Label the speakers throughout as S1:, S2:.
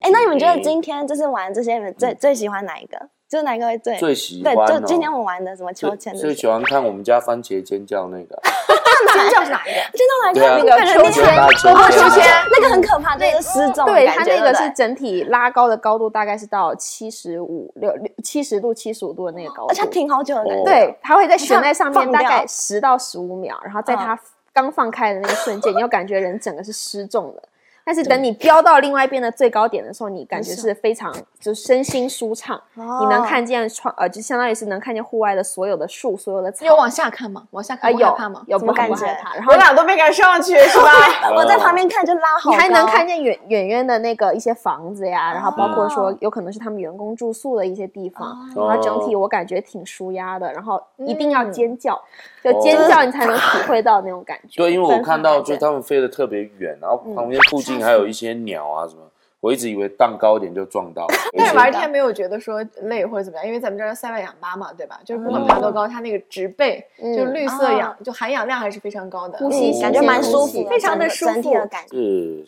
S1: 哎，那你们觉得今天就是玩这些，你们最最喜欢哪一个？就是哪一个会最？
S2: 嗯最喜欢
S1: 对，
S2: 哦、
S1: 就今天我们玩的什么秋千
S2: 最
S1: 的？
S2: 最喜欢看我们家番茄尖叫那个，
S3: 尖叫是哪一个？
S1: 今天
S2: 对啊
S1: 都来看那个
S3: 那
S1: 很
S3: 个
S1: 厉
S3: 秋
S1: 害，
S2: 大
S3: 包括秋
S2: 千，
S3: 千，
S1: 那个很可怕，那个失重的
S3: 对
S1: 感
S3: 它
S1: 觉
S3: 那个
S1: 对
S3: 是
S1: 不对
S3: 整体拉高的高度，大概是到七十五六六七十度、七十五度的那个高度，
S1: 而且它停好久的感觉。
S2: 哦
S3: 对，它会在悬在上
S1: 放
S3: 面
S1: 掉嗯
S3: 大概十到十五秒，然后在它刚放开的那个瞬间，你又感觉人整个是失重的。但是等你飙到另外一边的最高点的时候，你感觉是非常就是身心舒畅，
S1: 哦
S3: 你能看见窗呃，就相当于是能看见户外的所有的树、所有的草
S4: 你有往下看吗？往下
S3: 啊
S4: 看不害
S3: 有
S4: 怕吗？
S3: 有
S1: 怎
S3: 不
S1: 么
S3: 害
S1: 感
S3: 不
S1: 觉
S3: 害怕，然后
S4: 我俩都没敢上 去，是吧？
S1: 我在旁边看就拉好
S3: 你
S1: 高，
S3: 还能看见远远远的那个一些房子呀，然后包括说
S1: 哦
S3: 有可能是他们员工住宿的一些地方，
S2: 哦
S3: 然后整体我感觉挺舒压的，然后一定要
S4: 嗯
S3: 尖叫，就尖叫你才能体会到那种感觉。
S2: 哦对，因为我看到就
S3: 对
S2: 是他们飞得特别远，然后旁边附近还有一些鸟啊什么，我一直以为荡高点就撞到了，有一
S4: 但
S2: 些
S4: 是玩一天没有觉得说累或者怎么样，因为咱们这儿塞外氧吧嘛，对吧？就是不管爬多高，它那个植被
S3: 嗯
S4: 就绿色氧
S1: 啊，
S4: 就含氧量还是非常高的。嗯
S3: 呼吸
S2: 哦
S1: 感觉蛮舒服的，
S3: 嗯非常的
S1: 整
S3: 舒
S1: 个整体的
S3: 服
S1: 感觉。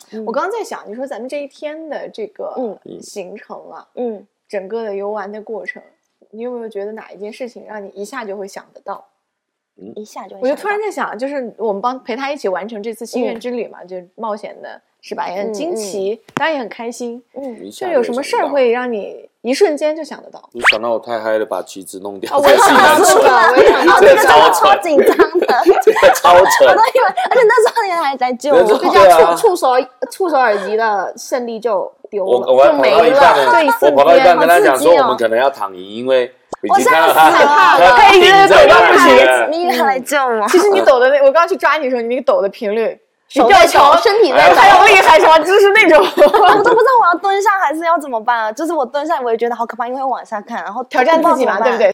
S2: 是
S4: 我刚刚在想，你说咱们这一天的这个
S2: 嗯
S4: 行程啊，
S1: 嗯，
S4: 整个的游玩的过程，你有没有觉得哪一件事情让你一下就会想得到？
S1: 一下就会
S4: 我就
S1: 想
S4: 突然
S1: 到
S4: 在想，就是我们帮陪他一起完成这次心愿
S3: 嗯
S4: 之旅嘛，就是冒险的，是吧？也很
S3: 嗯
S4: 惊
S3: 嗯
S4: 奇，当然也很开心。
S1: 嗯，
S2: 一
S4: 就
S2: 下
S4: 有什么事
S2: 想
S4: 儿
S2: 到
S4: 会让你一瞬间就想 得到？
S2: 你想到我太嗨了，把旗子弄掉，
S4: 哦
S2: 这个
S4: 我也
S2: 是
S4: 想
S2: 难
S4: 到
S2: 受
S4: 这个
S2: 的，
S4: 我也想到
S1: 这啊哦个
S2: 这个
S1: 真的
S2: 超
S1: 超
S2: 蠢，
S1: 紧张 的，
S2: 这个超
S1: 我
S2: 蠢
S1: 都，以为，而且那时候你还在救
S2: 对
S1: 我
S2: 对。
S3: 就
S2: 对
S3: 叫
S2: 啊
S3: 触触手触手耳机的胜利就丢
S2: 我
S3: 了，
S2: 我还
S3: 就
S2: 跑
S3: 没
S2: 到一半
S3: 了。
S2: 呢
S3: 对，
S2: 我跑到一半
S3: 好
S2: 跟他
S3: 刺
S2: 讲
S3: 激
S2: 说我
S3: 哦
S2: 们可能要躺赢，因为已
S1: 我
S2: 经
S1: 真的
S2: 看到
S1: 害怕
S2: 他
S1: 了，
S2: 他顶着
S1: 到
S2: 不行了。
S1: 你你还来救我，
S4: 其实你抖的那，我刚去抓你的时候，你那个抖的频率，你
S3: 手
S4: 掉
S3: 在
S4: 球
S3: 抖，身体在
S2: 哎
S3: 抖
S4: 还。有厉害是吧？就是那 种
S1: 我都不知道我要蹲下还是要怎么办啊！就是我蹲下我也觉得好可怕，因为往下看，然后
S4: 挑战自己嘛，对不对？？